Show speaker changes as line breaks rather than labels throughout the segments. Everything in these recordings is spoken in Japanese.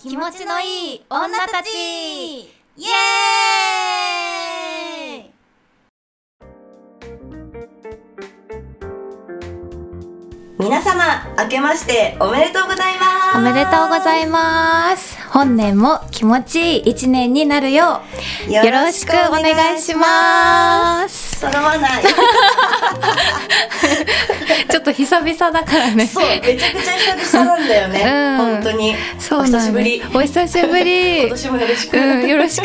気持ちのいい女たちイエーイ
皆様明けましておめでとうございます
おめでとうございます本年も気持ちいい一年になるようよろしくお願いします
揃わない
ちょっと久々だからね
そうめちゃくちゃ久々なんだよね、
うん
本当に
そう
お
なの
久しぶり
お久しぶり
今年もよろしく、
うん、よろしく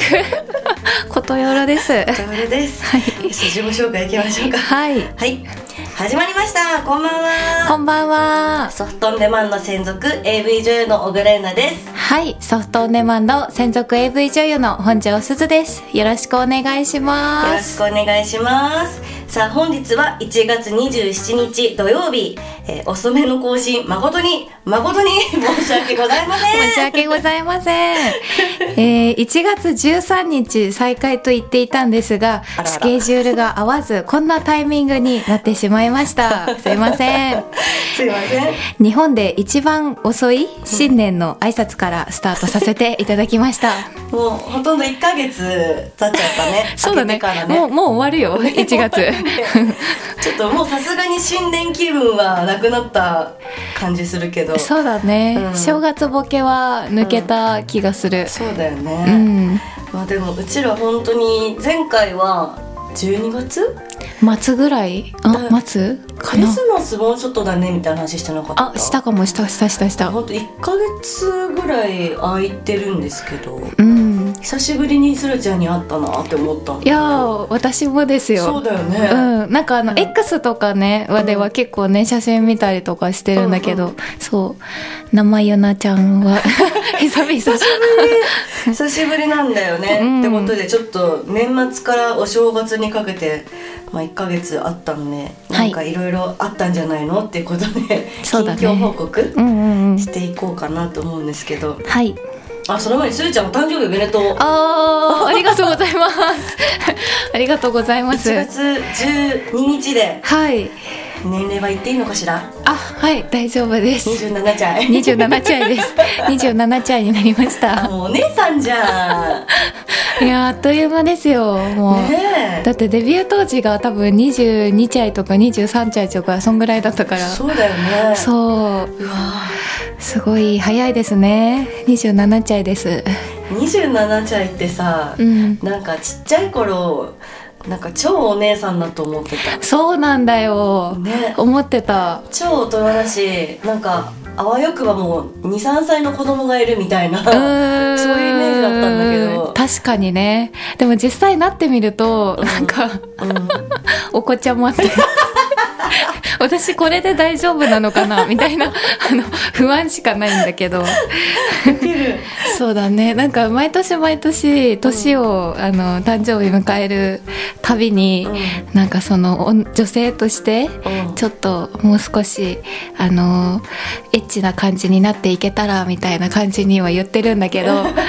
ことよろです
ジャムルです、
はい
よし自己紹介いきましょうか
はい
はい始まりましたこんばんは
こんばんは
ソフトオンデマンド専属 AV 女優の小倉優奈です
はい、ソフトオンデマンド専属 AV 女優の本庄すずです。よろしくお願いし
よ
ま
ろし
す。
くお願いしますさあ本日は1月27日土曜日、えー、遅めの更新誠に誠に申し訳ございません
申し訳ございません。 えー、1月13日再開と言っていたんですが、
あらあら
スケジュールが合わず、こんなタイミングになってしまいま した。すいません。
すいません
日本で一番遅い新年の挨拶からスタートさせていただきました。
もうほとんど1ヶ月経っちゃった ね
そうだ
明
ね
けてから。
もう、もう終わるよ、1月。
ちょっともうさすがに新年気分はなくなった感じするけどそ う
そうだね、
うん
正月ボケは抜けた気がする。
だよね、
うん、
まあでもうちら本当に前回は12月
待ぐらいあ
うん
待つか
クリ
な
スマスもうちょっとだねみたいな話してなかった
あしたかもしたしたしたした
本当1ヶ月ぐらい空いてるんですけど
うん
久しぶりにスルちゃんに会ったなって思ったんだ
いやー私もです
そう
よ
だよ
う
ね、
ん、なんかあの、
うん
X とかねはでは結構ね写真見たりとかしてるんだけど、
う
そう生ゆなちゃんは 久々
久しぶりなんだよね、
うん
ってことでちょっと年末からお正月にかけて、まあ、1ヶ月あったので
は
ないんかいろいろあったんじゃないのってことで
そうだね
近況報告
うんうんうん
していこうかなと思うんですけど
はい
あその前にスルちゃんお誕生日おめでとう
あーありがとうございます ありがとうございます
1月12日で
はい
年齢は言っていいのかしら
あはい大丈夫です
27歳
27歳 です27歳になりまし
あ
た
もうお姉さんじゃん
いやーあっという間ですよもう、
ね
だってデビュー当時が多分22歳とか23歳とかそんぐらいだったか
え
ら
そうだよね
そう
うわ
すごい早いですね27歳です
27歳ってさ、
うん
なんかちっちゃい頃なんか超お姉さんだと思って
そうなんだ
た
よ
ね
思ってた
超大人だしなんかあわよくばもう23歳の子供がいるみたいな、
うーん
そういうイメージだったんだけど
確かにねでも実際なってみると、なんか
うん
お子ちゃまって 私これで大丈夫なのかなみたいな あの不安しかないんだけど
ウケる
そうだねなんか毎年毎年年を、あの誕生日迎えるたびに、
う
なんかそのお女性として
うん
ちょっともう少しあのエッチな感じになっていけたらみたいな感じには言ってるんだけ どなんか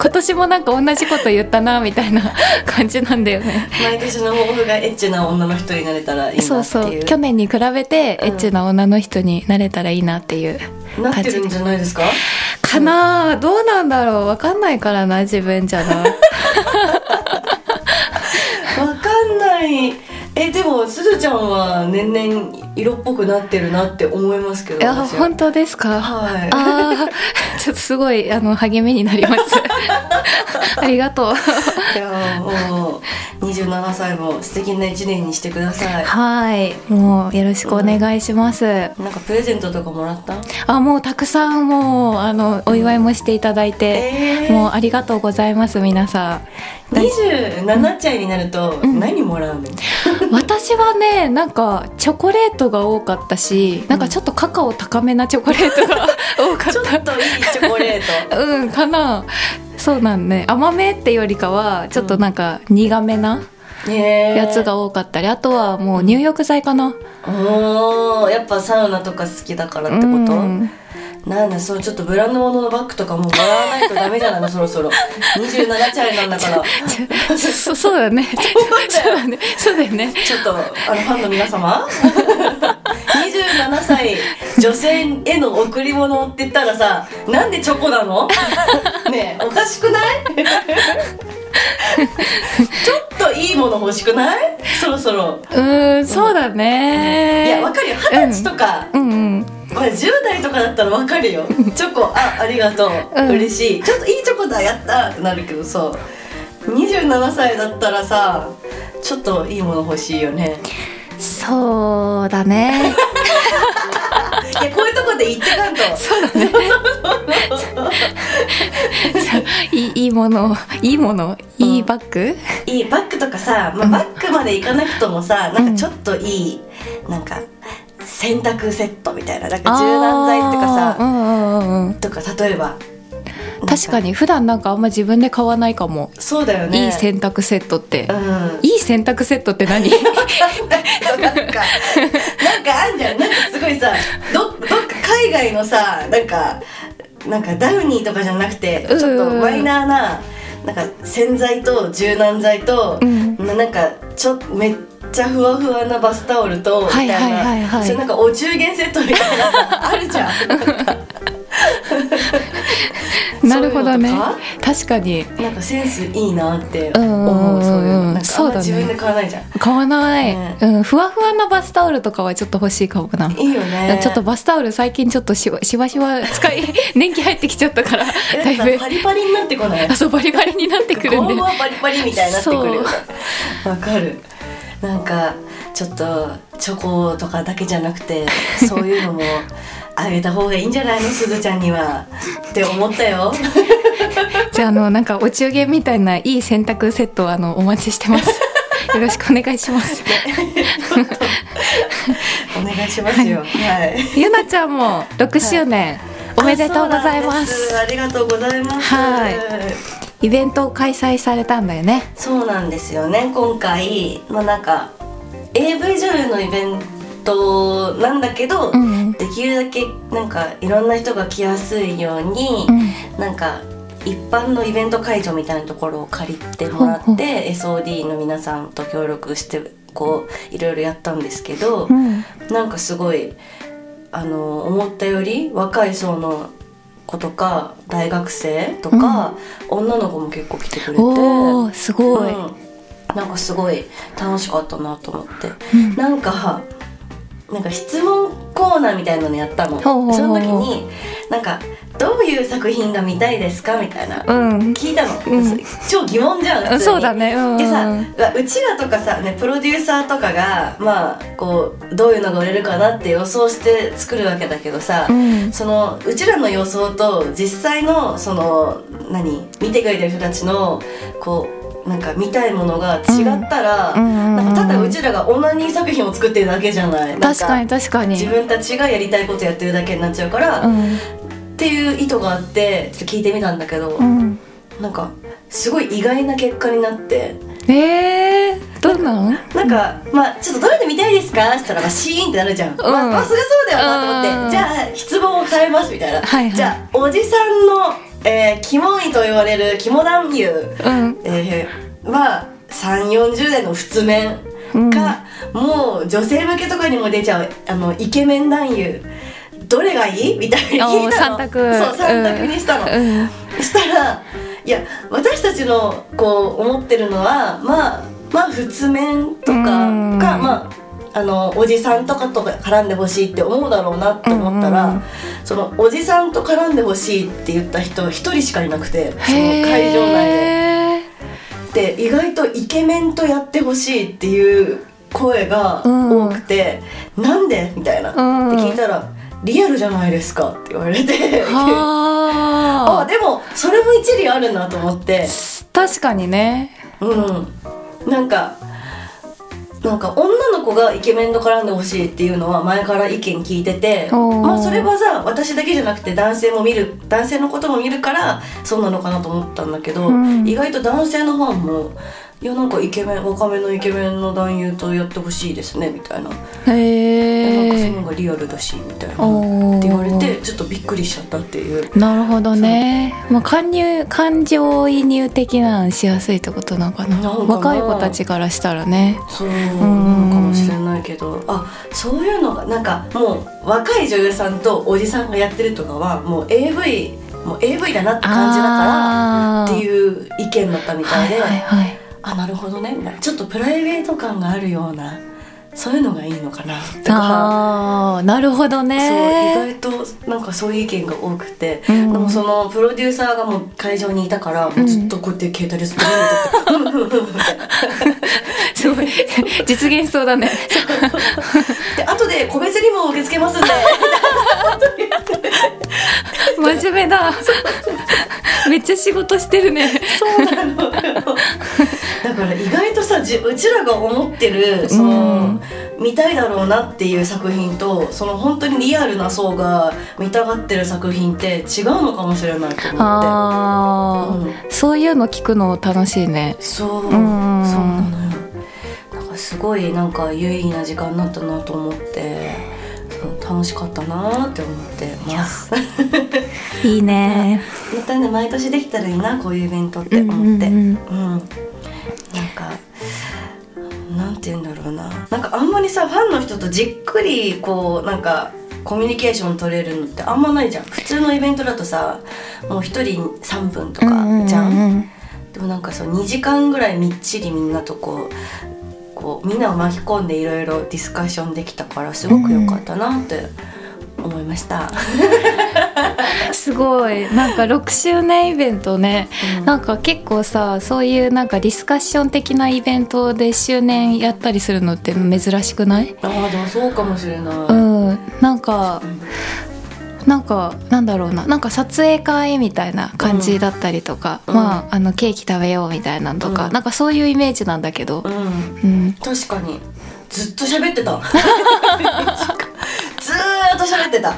今年もなんか同じこと言ったなみたいな感じなんだよね。
毎年の抱負がエッチな女の人になれたらいいなっていう
そうそう去年に比べて
うん
エッチな女の人になれたらいいなっていう
なっ
感
て
じ、
るんじゃないですか
かなあどうなんだろうわかんないからな自分じゃな
わかんないえでもすずちゃんは年々色っぽくなってるなって思いますけど
いや
私は
本当です か
はい
あーちょっとすごいあの励みになり ますありがとう
いやもう27歳も素敵な一年にしてください
はいもうよろしくお願いします、
なんかプレゼントとかもらった
あもうたくさんもうあのお祝いもしていただいて、
えー
もうありがとうございます皆さん
27歳になると何もらうの、
私はねなんかチョコレートが多かったしなんかちょっとカカオ高めなチョコレートが多か
ちょっ
っ
といいチョコレ ー
たうんかなそうなんね甘めってよりかはちょっとなんか苦めな
トねえ
やつが多かったりあとはもう入浴剤かなって
おーやっぱサウナとか好きだからってこと、 なんだそうちょっとブランド物のバッグとかももらわないとダメじゃないのそろそろ27歳なんだから
とそそそうだねそうだねそうだよね
ちょっとあのファンの皆様27歳女性への贈り物って言ったらさなんでチョコな のねえおかしくないちょっといいもの欲しくないそろそろ
うーんそうだ
い
ね
やわかるよ二十歳とか、
うんうん
これ10代とかだったらわかるよチョコあありがとう、
うん
嬉しいちょっといいチョコだやったーってなるけどさ27歳だったらさちょっといいもの欲しいよね
そうだね
いやこういうとこで言ってかんと
そうだねいいいいものいいものいいバッグ、
いいバッグとかさ、まあ、バッグまでいかなくともさ、なんかちょっといいなんか洗濯セットみたいななんか柔軟剤とか
あー
さ
うんうんうんうん
とか例えば
確か
に
に普段なんかあんま自分で買わないかも、
そうだよね
いい洗濯セットって、
うん
いい洗濯セットって 何
なんか、なんかあんじゃん。なんかすごいさ、ど、どっか海外のさ、なんか、なんかダウニーとかじゃなくて、ちょ
う
っ
ん
とマイナーな、なんか洗剤と柔軟剤と、
うん
ななんか、ちょ、めっちゃふわふわなバスタオルと、みたいな、
はいはいはいはい
それなんかお中元セットみたいなさ、あるじゃん。 な
な
んか
るほどね
そういうのとか
確かに
なんかセンスいいなって
うんうんうん
思
う
う、
ん
そういうの。なんか
そう
あん
だね
ま自分で買わないじゃん。
買わない、
ね
うん、ふわふわなバスタオルとかはちょっと欲しいかもない
いよね。
ちょっとバスタオル最近ちょっとしわしわしわ使 い年季入ってきちゃったから
え
だ
なん
い
か
ぶ
さパリパリになってこない
あそうバリバリになってくるんで
ゴムはパリパリみたいになってくるよねわかるなんかちょっとチョコとかだけじゃなくてそういうのもあげた方がいいんじゃないのすずちゃんにはって思ったよ
じゃああのなんかお中元みたいないい洗濯セットをあのお待ちして ますよろしくお願いします
お願いしますよはい、
ゆなちゃんも6周年、おめでとうございま
あそうなんですありがとうございます
はいイベントを開催されたんだよね
そうなんですよね今回まあなんか AV 女優のイベントなんだけど、
うん
できるだけなんかいろんな人が来やすいように、
うん
なんか一般のイベント会場みたいなところを借りてもらって
ほうほう
SOD の皆さんと協力してこういろいろやったんですけど、
うん
なんかすごいあの思ったより若い層の子とか大学生とか、女の子も結構来てくれて。
おーすごい、
うん、なんかすごい楽しかったなと思って、
うん
なんかなんか質問コーナーみたいなのやったの
ほうほうほう
その時になんかどういう作品が見たいですかみたいな
うん
聞いたの、
うん
超疑問じゃん普通に
そうだねうん
でさうわうちらとかさ、ね、プロデューサーとかがまあこうどういうのが売れるかなって予想して作るわけだけどさ、
うん
そのうちらの予想と実際のその何見てくれてる人たちのこうなんか見たいものが違ったら、
うんうん
なんかただうちらがオナニー作品を作ってるだけじゃないなん
確かに確かに
自分たちがやりたいことやってるだけになっちゃうから、
う
っ
ん
ていう意図があってちょっと聞いてみたんだけど、
うん
なんかすごい意外な結果になって。
えー、どうなん
なんか、まあちょっとどれで見たいですか?」って言ったら、まあ、シーンってなるじゃん、まあ、まあそりゃそうだよなと思って、
うん
じゃあ質問を変えますみたいな、
はいはい
じゃあおじさんの、えー、キモいと言われるキモ男優
うん
えー、まあ3 4 0代の普通面か、もう女性向けとかにも出ちゃうあのイケメン男優どれがいいみたいな聞いたの
おー三択
そう三択にしたの、
うん
したらいや私たちのこう思ってるのはまあまあ普通面とかが
うん
まああのおじさんとかと絡んでほしいって思うだろうなと思ったら、
うんうん
そのおじさんと絡んでほしいって言った人一人しかいなくてその会場内
へー
で。で意外とイケメンとやってほしいっていう声が多くて「なんで?」みたいな、
うん
って聞いたら「リアルじゃないですか」って言われて。
は
あ
あ
でもそれも一理あるなと思って
確かにね
うんなんかなんか女の子がイケメンと絡んでほしいっていうのは前から意見聞いてて
おー
まあそれはさ私だけじゃなくて男性も見る男性のことも見るからそうなのかなと思ったんだけど、
うん
意外と男性のファンもいやなんかイケメン若めのイケメンの男優とやってほしいですねみたいな、
へ
なんかそ
え
の方がリアルだしみたいな
おー
って言われてちょっとびっくりしちゃったっていう
なるほどねまあ感入感情移入的なのしやすいってことなのかな
なんかな
若い子たちからしたらね
そうなのかもしれないけどあそういうのがなんかもう若い女優さんとおじさんがやってるとかはもう AV もう AV だなって感じだか
あ
らっ
ー
ていう意見だったみた
はいい
で、
はいはい
あなるほどねみたいなちょっとプライベート感があるようなそういうのがいいのかなとか。
あーなるほどね
そう意外となんかそういう意見が多くて、
うん
でもそのプロデューサーがもう会場にいたから、もうずっとこうやって携帯でスクリーンを撮ってみたいな
すごい 実現しそうだね
で後で個別リボンを受け付けますんで
真面目だめっちゃ仕事してるね
そうなのよだから意外とさじうちらが思ってるその、見たいだろうなっていう作品とその本当にリアルな層が見たがってる作品って違うのかもしれないと思って
あー、
うん
そういうの聞くの楽しいね
そう、
ん
そうなのよなんかすごいなんか有意義な時間になったなと思ってそう楽しかったなって思ってます。
いいね
またね毎年できたらいいなこういうイベントって思って
う
うんん
うん
なんかなんて言うんだろうななんかあんまりさファンの人とじっくりこうなんかコミュニケーション取れるのってあんまないじゃん普通のイベントだとさもう一人3分とかじゃん,、でもなんかそう2時間ぐらいみっちりみんなとこうこうみんなを巻き込んでいろいろディスカッションできたからすごく良かったなって思いました、
すごいなんか6周年イベントね、
うん
なんか結構さそういうなんかディスカッション的なイベントで周年やったりするのって珍しくない、
あーでもそうかもしれない、
うん、なんかなんかなんだろうななんか撮影会みたいな感じだったりとか、
うん
まああのケーキ食べようみたいなのとか、
うん
なんかそういうイメージなんだけど、
うん
うん、
確かにずっと喋って たずーっと喋ってた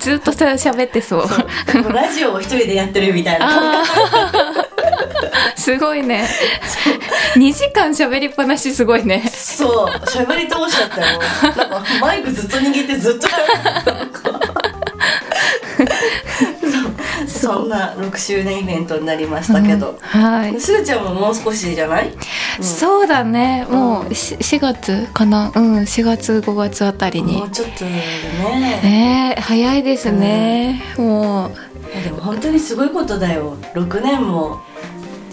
ずっとさ喋ってそう。
もうラジオを一人でやってるみたいな
あーすごいね。2時間喋りっぱなしすごいね。
そう喋り通しちゃったよなんかマイクずっと握ってずっと喋ってたなん かそうそんな6周年イベントになりましたけど、
はい。
すーちゃんももう少しじゃない
そうだね。も
う
うし4月かな。うん、4月5月あたりに
も。うちょっとね
ねえ早いですね。もう
いやでも本当にすごいことだよ6年も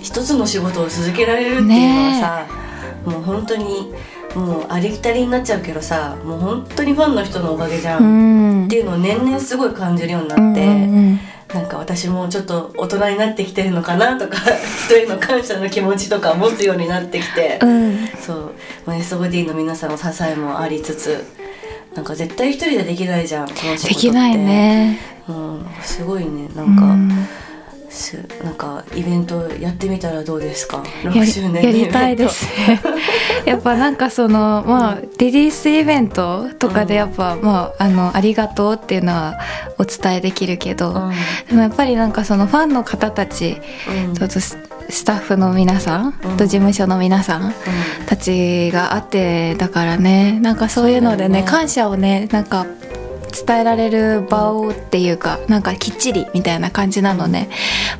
一つの仕事を続けられるっていうのはさ、もう本当にもうありきたりになっちゃうけどさもう本当にファンの人のおかげじゃん、
う
っ
ん。
ていうのを年々すごい感じるようになっ
う
て、
んうんうん
なんか私もちょっと大人になってきてるのかなとか 人への感謝の気持ちとか持つようになってきて、
うん。
そう、まあ、SOD の皆さんの支えもありつつなんか絶対一人じゃできないじゃんこの仕事って
できない、ね。
うん、すごいねな
うん
か、
ん
すなんかイベントやってみたらどうですか
や
6周年
りやりたいです やっぱなんかそのまあリリースイベントとかでやっぱ、まああのありがとうっていうのはお伝えできるけど、
うん
でもやっぱりなんかそのファンの方たち、
うん
ちょっとススタッフの皆さん、
うん
と事務所の皆さんたちがあってだからねなんかそういうので
そうだ
ね
よね
感謝をねなんか伝えられる場をっていうかなんかきっちりみたいな感じなのね、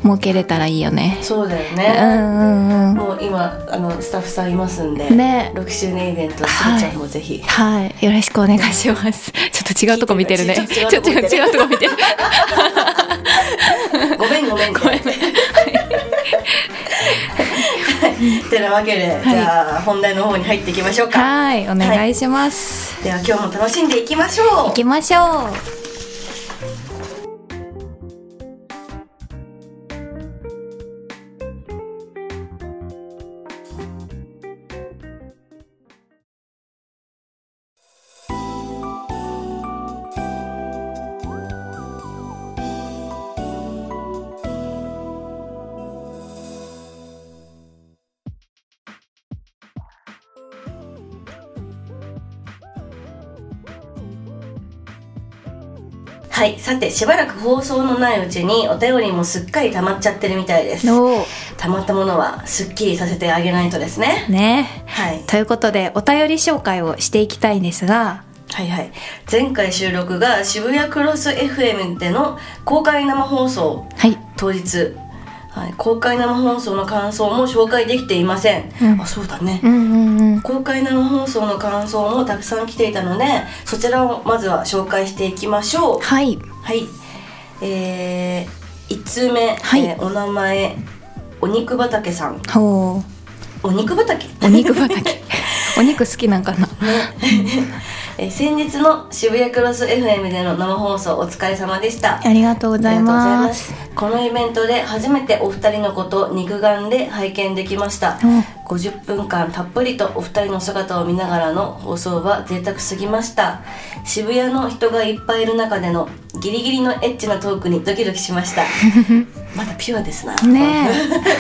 設けれたらいいよね
うん。そうだよ
うんう
ね、
んう
もう今あのスタッフさんいますんで、
ん。ね。
6周年イベントすーちゃんもぜひ、
はい、よろしくお願いします。 ちょっと違うとこ見てるね。
ち
ち
ょ
ょ
っ
っ
と
と
違
違
う
う
違
違うとこ見てる。
ごめんごめんご めんてなわけで、じゃあ本題の方に入っていきましょう か、
はい、お願いします。
では今日も楽しんでいきましょう
行きましょう。
はいさてしばらく放送のないうちにお便りもすっかり溜まっちゃってるみたいです
の
溜まったものはすっきりさせてあげないとですね
ね
はい
ということでお便り紹介をしていきたいんですが
はいはい前回収録が渋谷クロス FM での公開生放送
はい
当日、はい、公開生放送の感想も紹介できていません、
うん
あそうだね、
うんうんうん
公開生放送の感想もたくさん来ていたのでそちらをまずは紹介していきましょう
はい
はいえー、1通目、
はい
えーお名前お肉畑さん
ほう
お肉畑
お肉畑お肉好きなんかな
えー先日の渋谷クロス FM での生放送お疲れ様でした
ありがとうご
あ
ざいます
りがとうございますこのイベントで初めてお二人のことを肉眼で拝見できました50分間たっぷりとお二人の姿を見ながらの放送は贅沢すぎました渋谷の人がいっぱいいる中でのギリギリのエッチなトークにドキドキし ましたまだピュアですな
ね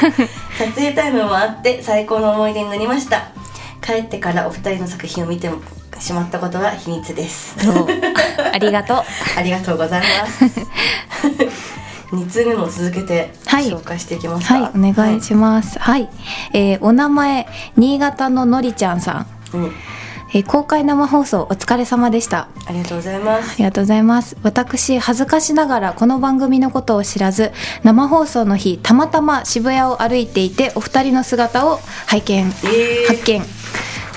撮影タイムもあって最高の思い出になりました帰ってからお二人の作品を見てしまったことは秘密です
そうありがとう
ありがとうございます。2通目も続けて
はい
紹介していきますか。
はいお願いしますはい、えーお名前新潟ののりちゃんさん、
はいうん
えー公開生放送お疲れ様でした
ありがとうございま
あ
す。
りがとうございます私恥ずかしながらこの番組のことを知らず生放送の日たまたま渋谷を歩いていてお二人の姿を拝見
え
発見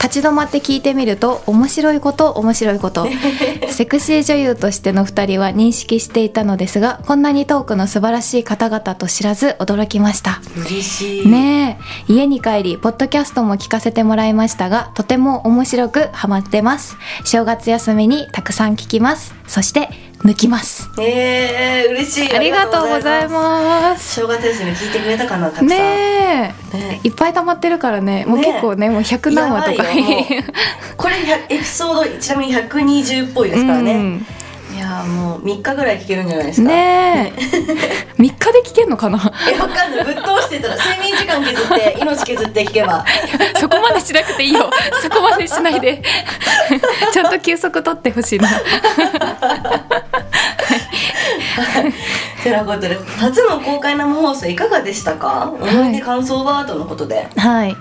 立ち止まって聞いてみると面白いこと面白いこと セクシー女優としての2人は認識していたのですがこんなにトークの素晴らしい方々と知らず驚きました
ー、嬉しい。
ねえ家に帰りポッドキャストも聞かせてもらいましたがとても面白くハマってます正月休みにたくさん聞きますそして抜きます
えー、嬉しい。
ありがとうございます
す。正月休み聞いてくれたかな、たくさん。
ねえ
ね
いっぱい溜まってるからねもう結構ねもう100何話とか
やばいよもうこれ100エピソードちなみに120っぽいですからね、
うん
いやーもう3日ぐらい聞けるんじゃないですか
ねえ3日で聞けんのかな
えわかんないぶっ通してたら睡眠時間削って命削って聞けば
そこまでしなくていい よそこまでしない でちゃんと休息取ってほしいな
てなことで初の公開生放送いかがでしたか思い出感想はとのことで
はい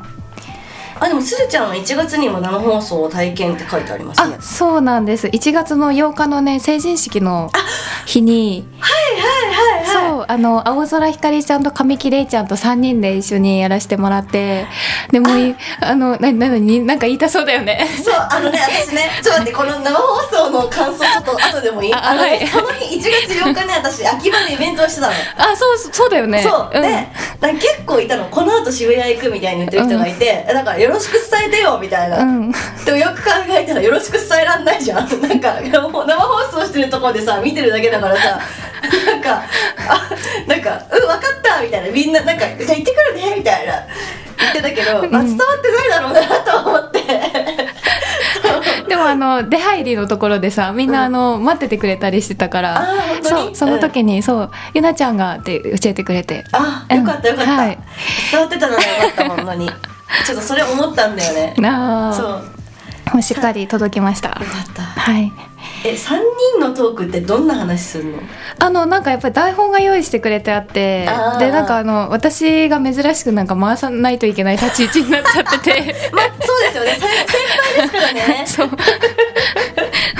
あでもすずちゃんは1月にも生放送を体験って書いてありますね
あそうなんです1月の8日のね成人式の日に
はいはいはい
そうあの青空ひかりちゃんと神木玲ちゃんと3人で一緒にやらせてもらってでもいあのななのになんか言いたそうだよね
そうあのね 私ねちょっと待ってこの生放送の感想ちょっと後でもいい
あ
あのね、
はい
その日1月8日ね私秋葉でイベントをしてたの
あそうそうだよね
そう、で
ん
なんか結構いたのこの後渋谷行くみたいに言ってる人がいて、だからよろしく伝えてよみたいな、
うん
でもよく考えたらよろしく伝えらんないじゃん なんかもう生放送してるところでさ見てるだけだからさ なんかあなんか「うん分かった」みたいなみんななんか「じゃあ行ってくるね」みたいな言ってたけど、まあ、伝わってないだろうなと思って
でもあの出入りのところでさみんなあの、待っててくれたりしてたから
あー本当に
そうその時に、そうゆなちゃんがって教えてくれて
あ
うん
よかったよかった、
はい
伝わってたならよかったほんまにちょっとそれ思ったんだよね
な
そう
あ
よ
もうしっかり届きました
かった
はい
え3人のトークってどんな話するの
あのなんかやっぱり台本が用意してくれてあって
あー
でなんかあの私が珍しくなんか回さないといけない立ち位置になっちゃってて
まあそうですよね先 先輩ですからね
そう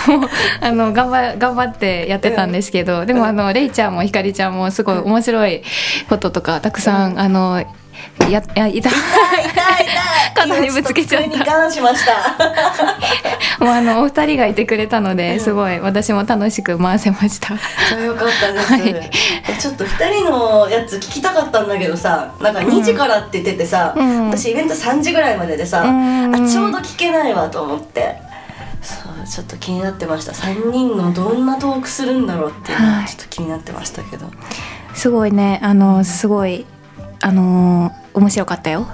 もうあの頑張頑張ってやってたんですけど、でもあのレイちゃんもひかりちゃんもすごい面白いこととかたくさん、あのやや いた
痛い痛い痛い
肩にぶつけちゃった
今ょと机にガンしました
もうあのお二人がいてくれたの
うん
で、すごい私も楽しく回せました。
そうよかったです、
はい
ちょっと2人のやつ聞きたかったんだけどさなんか2時からって言っててさ、
うん
私イベント3時ぐらいまででさ、
うん
あちょうど聞けないわと思ってそうちょっと気になってました3人のどんなトークするんだろうっていうの
は
はいちょっと気になってましたけど、
すごいね、あのすごいあの面白かったよ。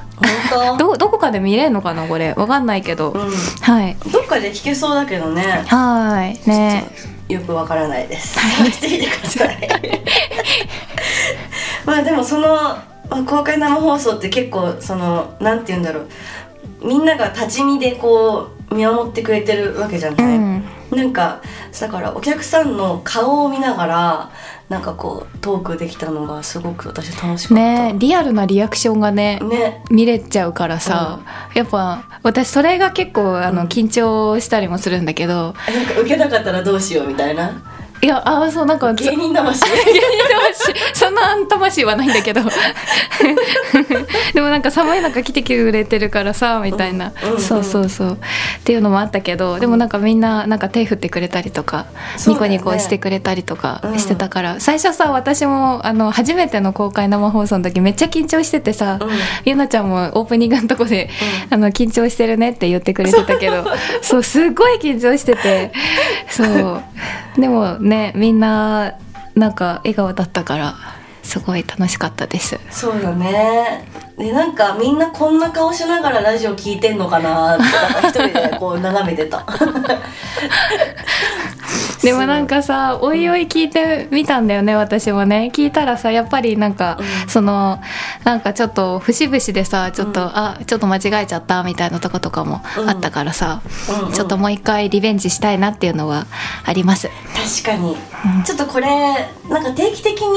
本当
どどこかで見れるのかなこれわかんないけど、
う
はい
ん、どっかで聞けそうだけどね
はーいね
よくわからないです。 はい、てみてください。まあでもその、まあ、公開生放送って結構そのなんて言うんだろうみんなが立ち見でこう見守ってくれてるわけじゃない、
うん
なんかだからお客さんの顔を見ながらなんかこうトークできたのがすごく私楽しかった
ねリアルなリアクションがね
ね
見れちゃうからさ、やっぱ私それが結構あの緊張したりもするんだけど
なんか受けなかったらどうしようみたいない
やあーそうなんか
芸人魂
魂そんな魂はないんだけどでもなんか寒い中来てくれてるからさみたいな、
うんうんうん
そうそうそうっていうのもあったけどでもなんかみんななんか手振ってくれたりとか、
そ
ニ
うだ
コ
よね
ニコしてくれたりとか
うん
してたから、最初さ私もあの初めての公開生放送の時めっちゃ緊張しててさ、
うん
ゆなちゃんもオープニングのとこで、あの緊張してるねって言ってくれてたけどそうすごい緊張しててそうでもねみんななんか笑顔だったからすごい楽しかったです
そうだねでなんかみんなこんな顔しながらラジオ聞いてんのかなってなんか一人でこう眺めて た
でもなんかさおいおい聞いてみたんだよね私もね聞いたらさやっぱりなんか、
うん
そのなんかちょっと節々でさちょっと、あちょっと間違えちゃったみたいなとことかもあったからさ、
うんうん
ちょっともう一回リベンジしたいなっていうのはあります。
確かに、ちょっとこれなんか定期的に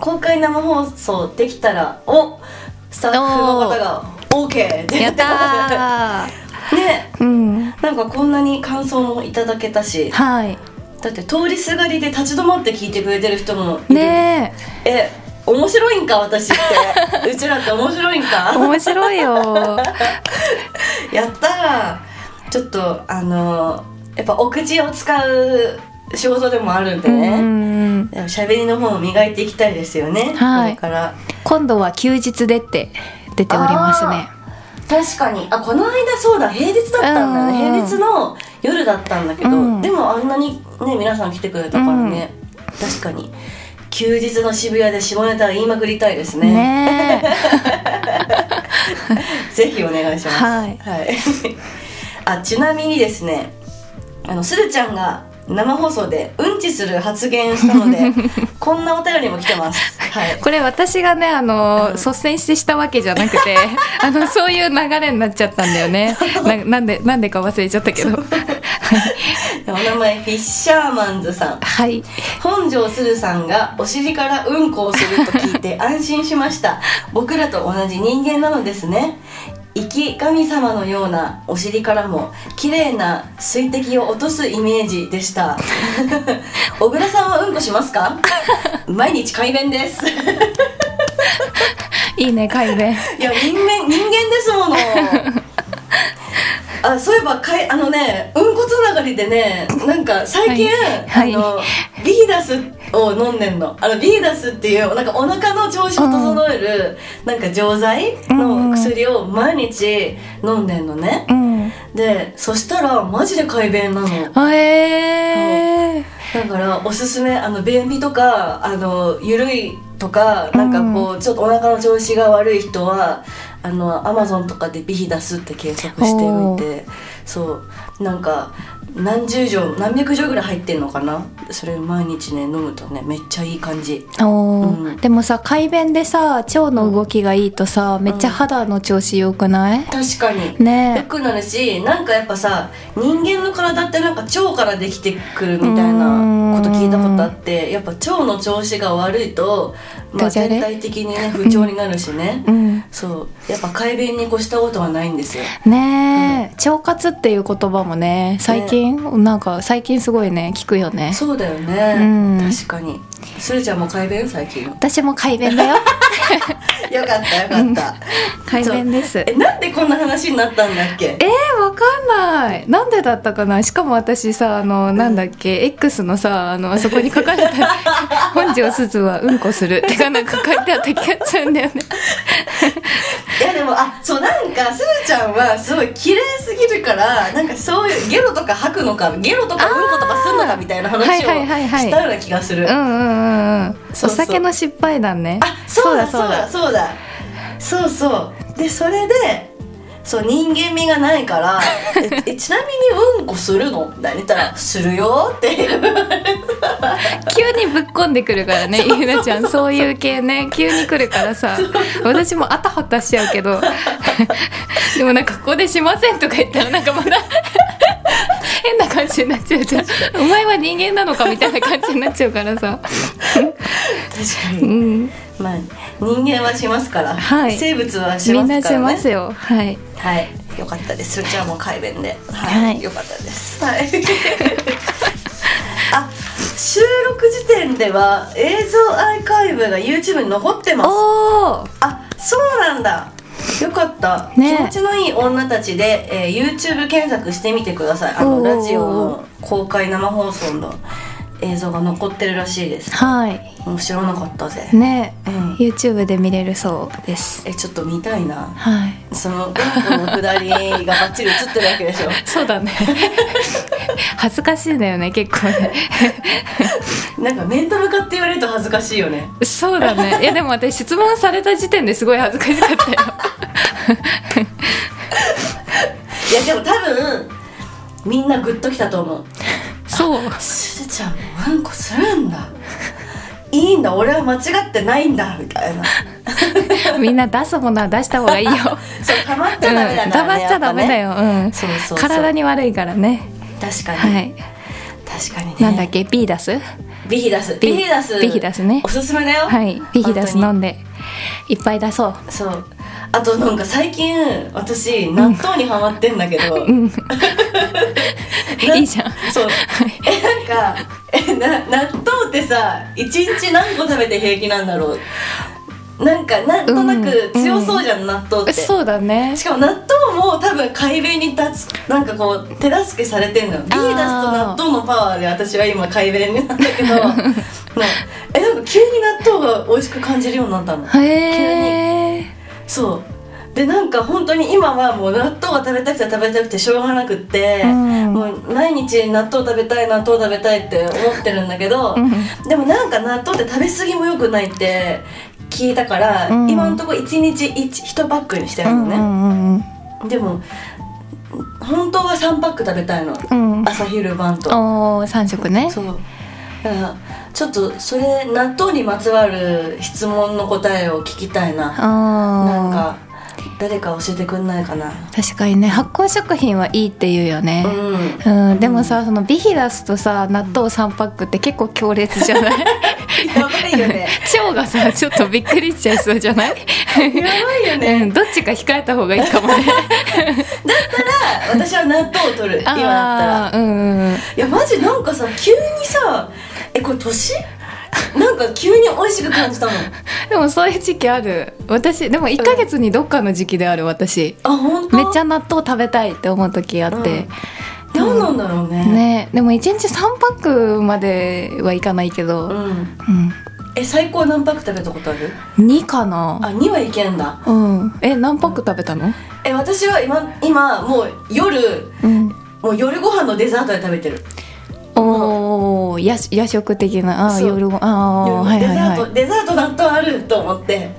公開生放送できたらおスタッフの方が OK って言
や
っ
ってたー
ね
うん、
なんかこんなに感想もいただけたし
はい。
だって通りすがりで立ち止まって聞いてくれてる人もいる
ね
え面白いんか私ってうちらって面白いん
え、
か
面白いよ。
やったらちょっとあのやっぱお口を使う仕事でもあるんで
うんう
ね、
んうん
でも喋りの方を磨いていきたいですよね、
はい
これから
今度は休日でって出ておりますね。
確かにあこの間そうだ平日だったんだね、
うんうん
平日の夜だったんだけど、
うん
でもあんなにね皆さん来てくれたからね、確かに休日の渋谷で下ネタ言いまくりたいですね
ね
ぜひお願いします
はい
はい、あちなみにですねあのするちゃんが生放送でうんちする発言をしたの でこんなお便りも来てますはい
え、これ私がねあの率先してしたわけじゃなくて、あのそういう流れになっちゃったんだよね。ななんでなんでか忘れちゃったけど。
お名前フィッシャーマンズさん
はい。
本庄するさんがお尻からうんこをすると聞いて安心しました僕らと同じ人間なのですね生き神様のようなお尻からも綺麗な水滴を落とすイメージでした小倉さんはうんこしますか毎日快便です
いいね改弁。
いや人間人間です ものあそういえばかいあのねうんこつながりでねなんか最近、
はいはい
あのビーダスを飲んでんのあのビーダスっていうなんかお腹の調子を整える、なんか錠剤の薬を毎日飲んでんのね、
うん。
でそしたらマジで快便なの
あえー。
だからおすすめあの便秘とかあのゆるいとかなんかこう、ちょっとお腹の調子が悪い人はあのアマゾンとかでビヒダスって検索しておいてそうなんか何十錠何百錠ぐらい入ってんのかなそれ毎日ね飲むとねめっちゃいい感じ
おー
うん
でもさ改便でさ腸の動きがいいとさ、めっちゃ肌の調子良くない、
確かに良
ね
くなるしなんかやっぱさ人間の体ってなんか腸からできてくるみたいなこと聞いたことあってやっぱ腸の調子が悪いと、まあ、
ダジャレ
全体的にね不調になるしね、
うん
そうやっぱ快便に越したことはないんですよ
ねえ、腸活っていう言葉もね最近、なんか最近すごいね聞くよね
そうだよね、
うん
確かにするちゃんも快便最近よか
私も改便だ よ
ったよかった
改便です
え
え
なんでこんな話になったんだっけ
ー、わかんないなんでだったかなしかも私さあのなんだっけ X のさあのあそこに書かれ た「本庄すずはうんこする」ってかなんか書いてあった気がする んだよね
いやでもあそうなんかすずちゃんはすごい綺麗すぎるからなんかそういうゲロとか吐くのかゲロとかうんことかすんのかみたいな
は
話
い
を
はいはいはい
したような気がする、
うんうんうんうん
そうそう
お酒の失敗談ね
あそうだそうだそうだそうそうでそれでそう人間味がないから ええちなみにうんこするの?」みたいに言ったら「するよ」っていう
急にぶっこんでくるからねゆうなちゃんそういう系ね急に来るからさ私もあたはたしちゃうけ どでもなんかここでしませんとか言ったらなんかまだ変な感じになっちゃうじゃんお前は人間なのかみたいな感じになっちゃうからさ、
確
う
かに、
ん、
まあ人間はしますから、
はい
生物はし
み
ま
んな
すか
し
ら
ま
ね
すよはい
はい、よかったです。じゃあもう改弁で、はい、
はい
よかったです。はい。 あ、収録時点では映像アイカイブが YouTube に残ってます。
おー
あ、そうなんだ。よかった、
ね
気持ちのいい女たちで、えー YouTube 検索してみてくださいあ
お
の
ー
ラジオの公開生放送の映像が残ってるらしいです
はい
面白なかったぜ、
ね、
うん
YouTube で見れるそうです
えちょっと見たいな
はい
その うんこのくだりがバッチリ映ってるわけでしょ
そうだね恥ずかしいんだよね結構ね
なんか面と向かって言われると恥ずかしいよね。
そうだ ねいやでも私質問された時点ですごい恥ずかしかったよ
いやでも多分みんなグッときたと思う。
そう
すずちゃんもうんこするんだ。いいんだ俺は間違ってないんだみたいな。
みんな出すものは出した方 がいいよ
そう溜まっち
う
ゃ
ん
ダメだから
黙
ね。
っちゃダメだ
やっ
よ、うん
ぱね。そうそうそう。
体に悪いからね
確かに、
はい、
確かにね。
なんだっけビーダス
ビヒダス
ビ
ビヒダス
ビヒダスね
おすすめだよ。
はいビーダス飲んでいっぱい出そう
そう。あとなんか最近私納豆にハマってんだけど。
うん
ない
いじゃん
そうえなんかえな納豆ってさ一日何個食べて平気なんだろうなんかなんとなく
うん
強そうじゃん、納豆って
そうだね
しかも納豆も多分改便に立つなんかこう手助けされてんのビーダスと納豆のパワーで私は今改便なんだけどねえなんか急に納豆が美味しく感じるようになったの
へえ
そうでなんか本当に今はもう納豆が食べたくて食べたくてしょうがなくって、
うん
もう毎日納豆食べたい納豆食べたいって思ってるんだけど、
うん
でもなんか納豆って食べ過ぎも良くないって聞いたから、
うん
今のところ1日 1, 1パックにして
う
るの
んう
ね、
んうん
でも本当は3パック食べたいの、
うんうん
朝昼晩と
おー三食ね
そうだからちょっとそれ納豆にまつわる質問の答えを聞きたいななん
あ
か誰か教えてくんないかな。
ー確かにね発酵食品はいいっていうよね、
うん。
うん、でもさそのビヒダスとさ納豆3パックって結構強烈じゃない
やばいよね。
腸がさちょっとびっくりしちゃいそうじゃない
やばいよね。
うん、どっちか控えた方がいいかもね
私は納豆を取る。 今だったら。
あーうんうんうん
いやマジなんかさ急にさえこれ年？なんか急に美味しく感じたの。
でもそういう時期ある私でも1ヶ月にどっかの時期である私、
あ本当。
めっちゃ納豆食べたいって思う時あって、
何なんだろうね。。
ねでも1日3パックまではいかないけ
う
ど、
ん。
うん
え最高何パック食べたことある？
2かな
あ二はいけんだ。
うんえ何パック食べたの、
え私は今今もう夜
うん、
もう夜ご飯のデザートで食べてる。
おお夜夜食的なあー
そう
夜ごあー
夜
はい
デ
はい
ザー
はい
トデザート納豆あると思って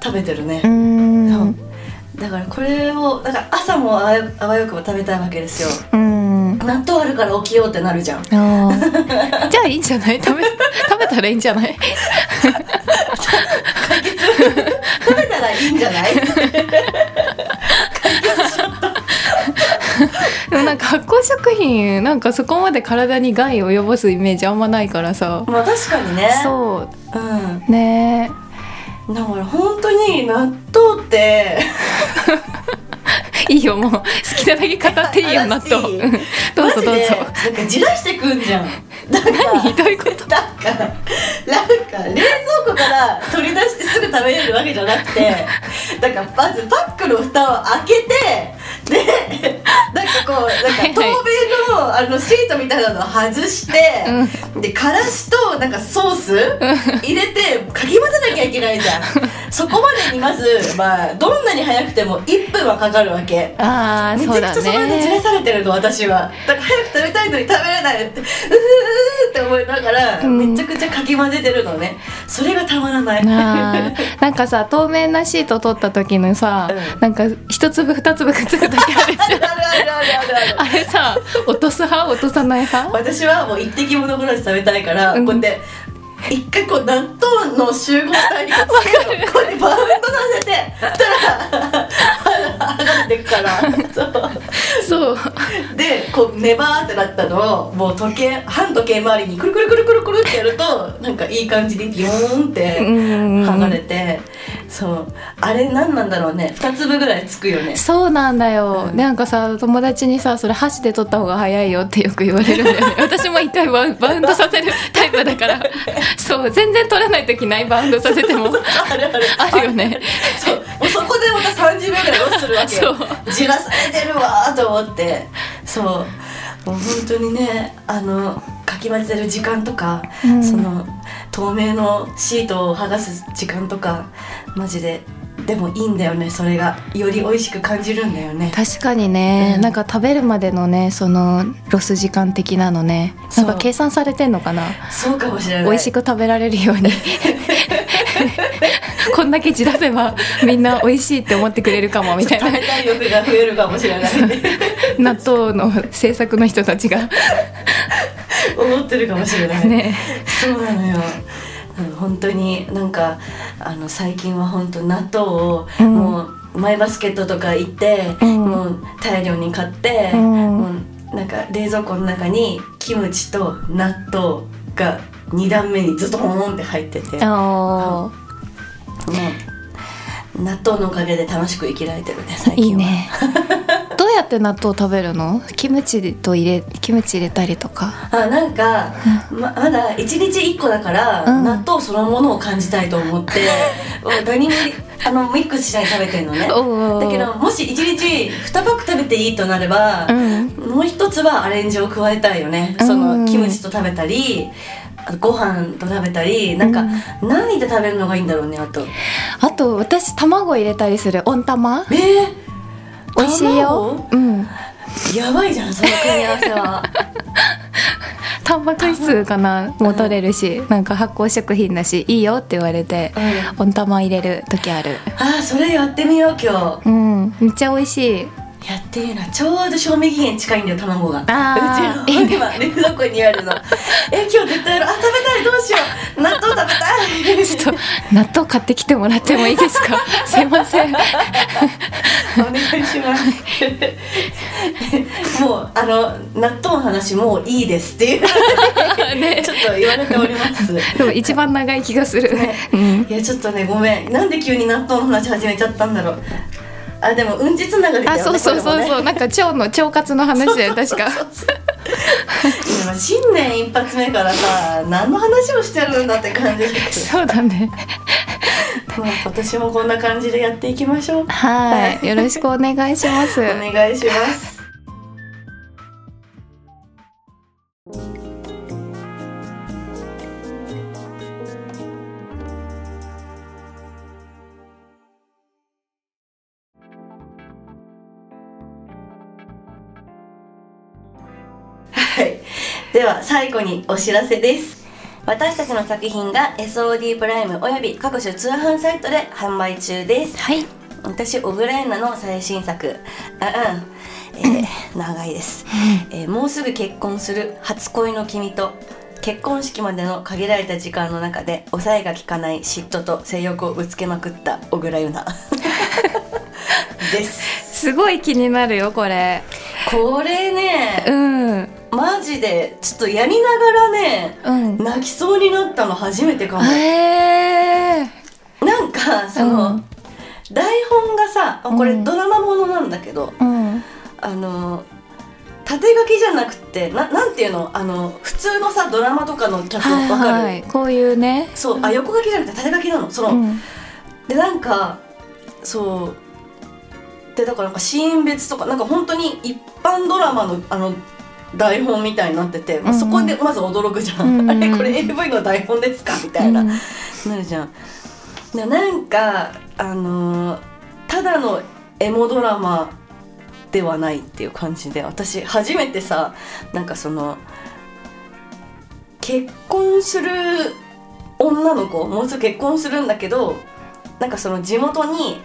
食べてるね。
うーん
だからこれをだから朝もあわよあわよくば食べたいわけですよ
うん
納豆あるから起きようってなるじゃん
あ ーじゃあいいんじゃない食べ食べたらいいんじゃない
食べたらいいんじ ゃない
でもなんか発酵食品なんかそこまで体に害を及ぼすイメージあんまないからさ
まあ確かにね、
そう
ん、
うね
だから本当に納豆っ
え
て
いいよもう好きなだけ語っていいよ納
話してい
豆
い
うんどうぞどう
マ
ぞ
ジでなんかじらしてくん じゃんだから
何どういうこ
なんかなんか冷蔵庫から取り出してすぐ食べれるわけじゃなくてだからまずパックの蓋を開けてでなんかこうなんか透明のあのシートみたいなのを外して、でからしとなんかソース入れてかき混ぜなきゃいけないじゃんそこまでにまず、まあ、どんなに早くても1分はかかるわけ。
とああ
めち
そう
ゃく
だ
ちゃその間じら
ね
されてるの私はだから早く食べたいのに食べれないってうふふって思いながら
ん
めちゃくちゃかき混ぜてるのねそれがたまらない
なあなんかさ透明なシート取った時のさ、
うん
なんか一粒二粒くっつく時あるじゃん
あるあるあるあるあるある
あれさ落とす派落とさない派
私はもう一滴も残らず食べたいから、
うん
こうやって一回こう納豆の集合体にこうこうやってバウンドさせてそしたら 上がってくから そう
そう
でこうネバーってなったのをもう時計半時計回りにくるくるくるくるくるってやるとなんかいい感じにビヨーンって剥がれて、そうあれ何なんだろうね2粒ぐらいつくよね
そうなんだよ、
うん
なんかさ友達にさそれ箸で取った方が早いよってよく言われるんだよ ね私も一回バウバウンドさせるタイプだからそう全然取らない時ないバウンドさせても
あるある
あるよね
そうもうそこでまた30秒ぐらいロスするわけ
そう
じらされてるわーと思ってそうもう本当にねあのかき混ぜる時間とか、
うん
その透明のシートを剥がす時間とかマジででもいいんだよねそれがより美味しく感じるんだよね
確かにね、
うん
なんか食べるまでのねそのロス時間的なのねなん
そ
か
う
計算されてんのかな
そうかもしれない
美味しく食べられるよう にこんだけじらせばみんな美味しいって思ってくれるかもみたい
食
な
べたい欲が増えるかもしれない
納豆の制作の人たちが
思ってるかもしれない
ね
そうなのよ。うん本当になんかあの最近は本当納豆を、
うん
もうマイバスケットとか行って、
うん
もう大量に買って、
うん
もうなんか冷蔵庫の中にキムチと納豆が2段目にズドーンって入ってて、も
あ
う納豆のおかげで楽しく生きられてるね最
ーいい
近は。
ねどうやって納豆食べるのキムチと入れキムチ入れたりとか
あなんかままだ1日1個だから、
うん
納豆そのものを感じたいと思って もう何もあのミックスしないで食べてるのね
おうおう
だけどもし1日2パック食べていいとなれば
う、ん
もう一つはアレンジを加えたいよね、
うん
そのキムチと食べたりあご飯と食べたりなんか、何で食べるのがいいんだろうねあと
あと私卵入れたりする温玉
えー、
美味しいようん
卵やばいじゃんその組み合わせ は
タンパク質かなも取れるし、なんか発酵食品だしいいよって言われて、温玉入れる時ある
あーそれやってみよう今日
うんめっちゃ美味しい
やってみるなちょうど賞味期限近いんだよ卵が
あー
うちの今冷蔵庫にあるのえ今日絶対やるあ食べたいどうしよう納豆食べたい
ちょっと納豆買ってきてもらってもいいです かすいません
お願いします。もうあの納豆の話もういいですっていうちょっと言われております。
でも一番長い気がする、
ね
うん
いやちょっとねごめんなんで急に納豆の話始めちゃったんだろう。あでもうんちつながりだ
あ
よね。
そうそう
これ
そ
も
う
ね
そう、なんか腸の腸活の話だよ確か
でも新年一発目からさ何の話をしてるんだって感じ。
そうだね
まあ今年もこんな感じでやっていきましょう。
はいよろしくお願いします
お願いします。はいでは最後にお知らせです私たちの作品が SOD プライムおよび各種通販サイトで販売中です
はい
私小倉優奈の最新作あうん、えー長いです、えーもうすぐ結婚する初恋の君と結婚式までの限られた時間の中で抑えが効かない嫉妬と性欲をぶつけまくった小倉 優奈です
すごい気になるよこれ
これね
うん
マジでちょっとやりながらね
うん
泣きそうになったの初めてかも
え
なんかその、
うん
台本がさあこれ
うん
ドラマものなんだけど、
ー、うん
あの縦書きじゃなくてななんていうのあの普通のさドラマとかの脚
は
本わかる、
いはいこういうね
そうあ横書きじゃなくて縦書きなのその、
うん
でなんかそうでだからなんかシーン別とかなんか本当に一般ドラマのあの台本みたいになってて、
う
まあ、
んうん
そこでまず驚くじゃん、
うんうん
あれこれ AV の台本ですかみたいな、
うん
なるじゃんでもなんかあのーただのエモドラマではないっていう感じで私初めてさなんかその結婚する女の子もうすぐ結婚するんだけどなんかその地元に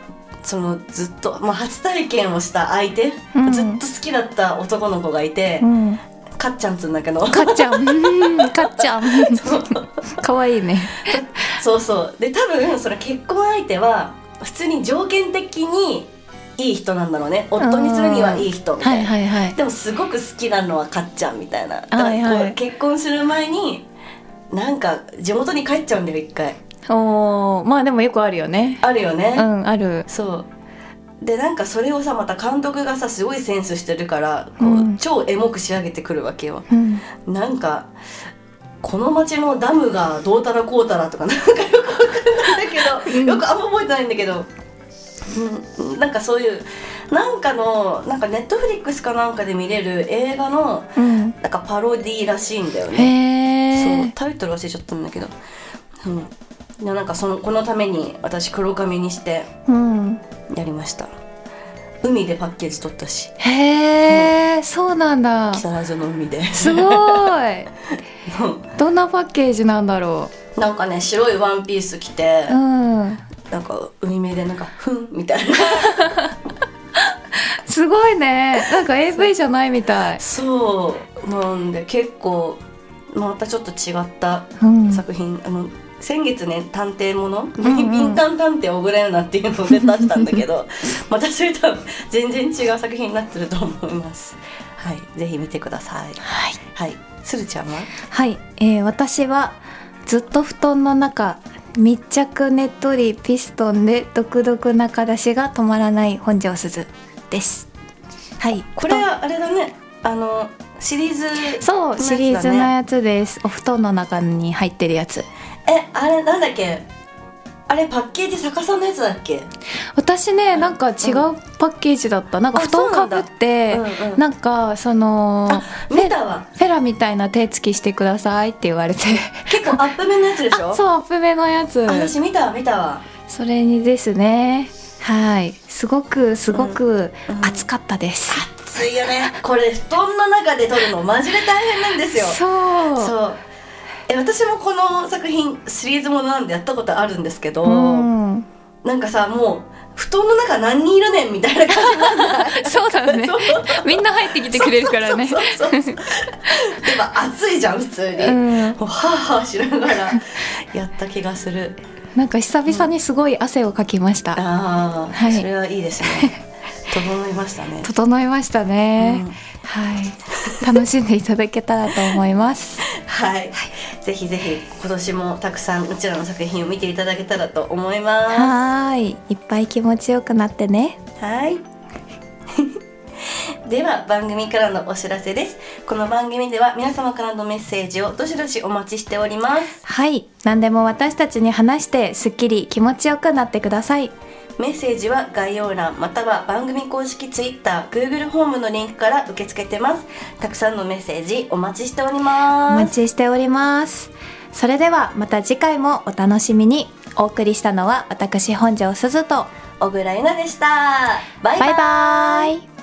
そのずっと、まあ、初体験をした相手、
うん
ずっと好きだった男の子がいて、
うん
かっちゃんっつうんだけど
かっちゃんうんかっちゃん かわいいね
そうそうで多分その結婚相手は普通に条件的にいい人なんだろうね夫にするにはいい人みた
はいい
な、
はいはい
でもすごく好きなのはかっちゃんみたいなだからこう
はいはい
結婚する前になんか地元に帰っちゃうんだよ一回
おーまあでもよくあるよね
あるよね、
うんある
そうでなんかそれをさまた監督がさすごいセンスしてるからこう、
うん
超エモく仕上げてくるわけよ
うん
なんかこの町のダムがどうたらこうたらとかなんかよくわかんないんだけど、
うん
よくあんま覚えてないんだけど、うん、なんかそういうなんかのなんかネットフリックスかなんかで見れる映画の
うん
なんかパロディーらしいんだよね
へ
そう
え
タイトル忘れちゃったんだけど、うん、でもなんかそのこのために私黒髪にして
うん
やりました海でパッケージ取ったし
へえそうなんだ
木更津の海で
すごい どんなパッケージなんだろ
なんかね白いワンピース着て
う、うん、
なんか海辺でなんかふんみたいな
すごいねなんか AV じゃないみたい、
そうなんで結構またちょっと違った
うん、
作品、あの先月ね探偵もの、
んうん
敏感探偵小倉優奈っていうのを出したんだけど またそれとは全然違う作品になってると思いますはいぜひ見てください
はい
はいするちゃんは
はい、えー私はずっと布団の中密着ねっとりピストンで独特中出しが止まらない本庄すずですはい
これ
布団
はあれだねあのシリーズ
そう、
のやつだ
シ
ね
リーズのやつですお布団の中に入ってるやつ
えあれなんだっけあれパッケージ逆さのやつだっけ、
私ねなんか違うパッケージだった、なんか
あ
布団かぶって
うん
な
うんん
かその
あ見たわ
フェラみたいな手つきしてくださいって言われて
結構アップ面のやつでしょ
あそうアップ目のやつ
私見たわ見たわ
それにですねはいすごくすごく暑かったです、
ついよねこれ布団の中で撮るのマジで大変なんですよ
そうう
そうえ私もこの作品シリーズものなんでやったことあるんですけど、
ん、
なんかさもう布団の中何人いるねんみたいな感じなんだ
そうだね
そう
みんな入ってきてくれるからね
そうそうそうそうでも暑いじゃん普通に、
うん
もうハーハーしながら やった気がする
なんか久々にすごい汗をかきました、
ああ、
はい
それはいいですね 整いましたね
整いましたね、
うん
はい楽しんでいただけたらと思います
はい、ぜひぜひ今年もたくさんうちらの作品を見ていただけたらと思いま
はーいいっぱい気持ちよくなってね
すはい。 では番組からのお知らせですこの番組では皆様からのメッセージをどしどしお待ちしております
はい何でも私たちに話してすっきり気持ちよくなってください
メッセージは概要欄または番組公式 TwitterGoogle ホームのリンクから受け付けてますたくさんのメッセージお待ちしており
お
ま
待
す
ちしておりますそれではまた次回もお楽しみにお送りしたのは私本庄すずと
小倉優奈でしたバイバイ
バイバイ